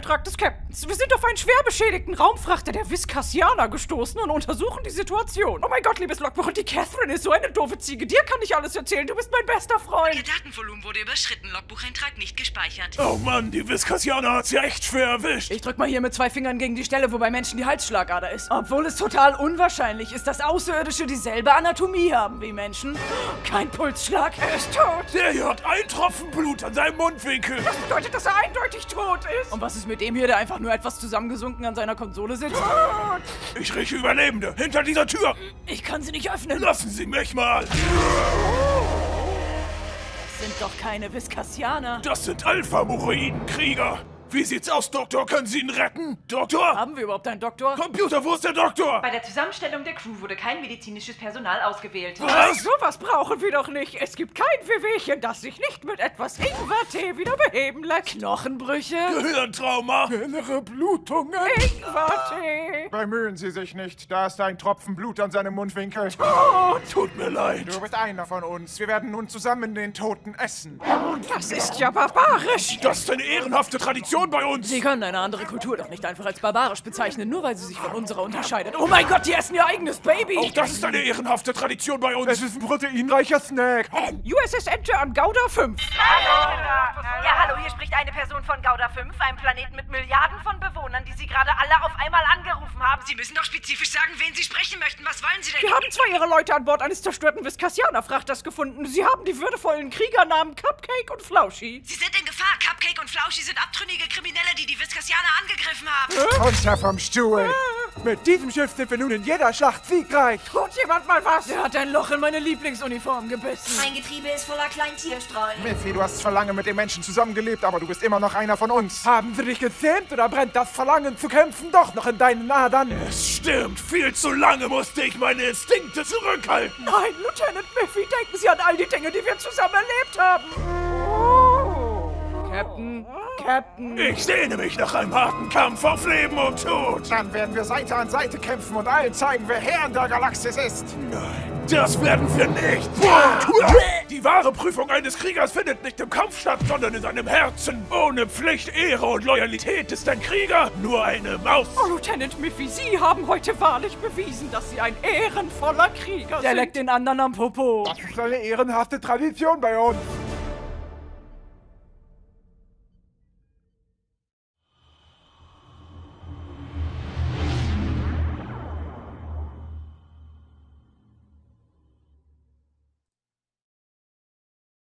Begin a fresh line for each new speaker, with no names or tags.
Auftrag des Captains. Wir sind auf einen schwer beschädigten Raumfrachter der Viskassianer gestoßen und untersuchen die Situation. Oh mein Gott, liebes Logbuch, und die Catherine ist so eine doofe Ziege. Dir kann ich alles erzählen. Du bist mein bester
Ihr
Freund.
Datenvolumen wurde überschritten. Logbucheintrag nicht gespeichert.
Oh Mann, die Viskasianer hat's ja echt schwer erwischt.
Ich drück mal hier mit zwei Fingern gegen die Stelle, wo bei Menschen die Halsschlagader ist. Obwohl es total unwahrscheinlich ist, dass Außerirdische dieselbe Anatomie haben wie Menschen. Kein Pulsschlag. Er ist tot.
Der hier hat einen Tropfen Blut an seinem Mundwinkel.
Das bedeutet, dass er eindeutig tot ist. Und was ist mit dem hier, der einfach nur etwas zusammengesunken an seiner Konsole sitzt?
Ich rieche Überlebende hinter dieser Tür.
Ich kann sie nicht öffnen.
Lassen Sie mich mal.
Das sind doch keine Viskassianer.
Das sind Alpha-Muroiden-Krieger. Wie sieht's aus, Doktor? Können Sie ihn retten? Doktor?
Haben wir überhaupt einen Doktor?
Computer, wo ist der Doktor?
Bei der Zusammenstellung der Crew wurde kein medizinisches Personal ausgewählt.
Was?
Sowas brauchen wir doch nicht. Es gibt kein Wehwehchen, das sich nicht mit etwas Ingwertee wieder beheben lässt. Knochenbrüche?
Gehirntrauma.
Innere Blutungen?
Ingwertee.
Bemühen Sie sich nicht, da ist ein Tropfen Blut an seinem Mundwinkel.
Oh, Tut mir leid.
Du bist einer von uns. Wir werden nun zusammen den Toten essen.
Das ist ja barbarisch.
Das ist eine ehrenhafte Tradition bei uns.
Sie können eine andere Kultur doch nicht einfach als barbarisch bezeichnen, nur weil sie sich von unserer unterscheidet. Oh mein Gott, die essen ihr eigenes Baby.
Auch das ist eine ehrenhafte Tradition bei
Es
uns.
ist ein proteinreicher Snack.
USS Enter an Gouda 5.
Ja, hallo, hier spricht eine Person von Gouda 5, einem Planeten mit Milliarden von Bewohnern, die Sie gerade alle auf einmal angerufen haben. Sie müssen doch spezifisch sagen, wen Sie sprechen möchten. Was wollen Sie denn?
Wir haben zwei ihrer Leute an Bord eines zerstörten Viskassianer-Frachters gefunden. Sie haben die würdevollen Kriegernamen Cupcake und Flauschi.
Sie sind in Gefahr. Cupcake und Flauschi sind abtrünnige Kriminelle, die die Viskasianer angegriffen haben.
Runter vom Stuhl. Mit diesem Schiff sind wir nun in jeder Schlacht siegreich.
Tut jemand mal was? Er hat ein Loch in meine Lieblingsuniform gebissen.
Mein Getriebe ist voller Kleintierstreuen.
Miffy, du hast zwar lange mit den Menschen zusammengelebt, aber du bist immer noch einer von uns. Haben sie dich gezähmt oder brennt das Verlangen zu kämpfen doch noch in deinen Adern?
Es stimmt, viel zu lange musste ich meine Instinkte zurückhalten.
Nein, Lieutenant Miffy, denken Sie an all die Dinge, die wir zusammen erlebt haben. Captain, Captain.
Ich sehne mich nach einem harten Kampf auf Leben und Tod.
Dann werden wir Seite an Seite kämpfen und allen zeigen, wer Herr in der Galaxis ist.
Nein, das werden wir nicht. Die wahre Prüfung eines Kriegers findet nicht im Kampf statt, sondern in seinem Herzen. Ohne Pflicht, Ehre und Loyalität ist ein Krieger nur eine Maus.
Oh, Lieutenant Miffy, Sie haben heute wahrlich bewiesen, dass Sie ein ehrenvoller Krieger sind. Der leckt den anderen am Popo.
Das ist eine ehrenhafte Tradition bei uns.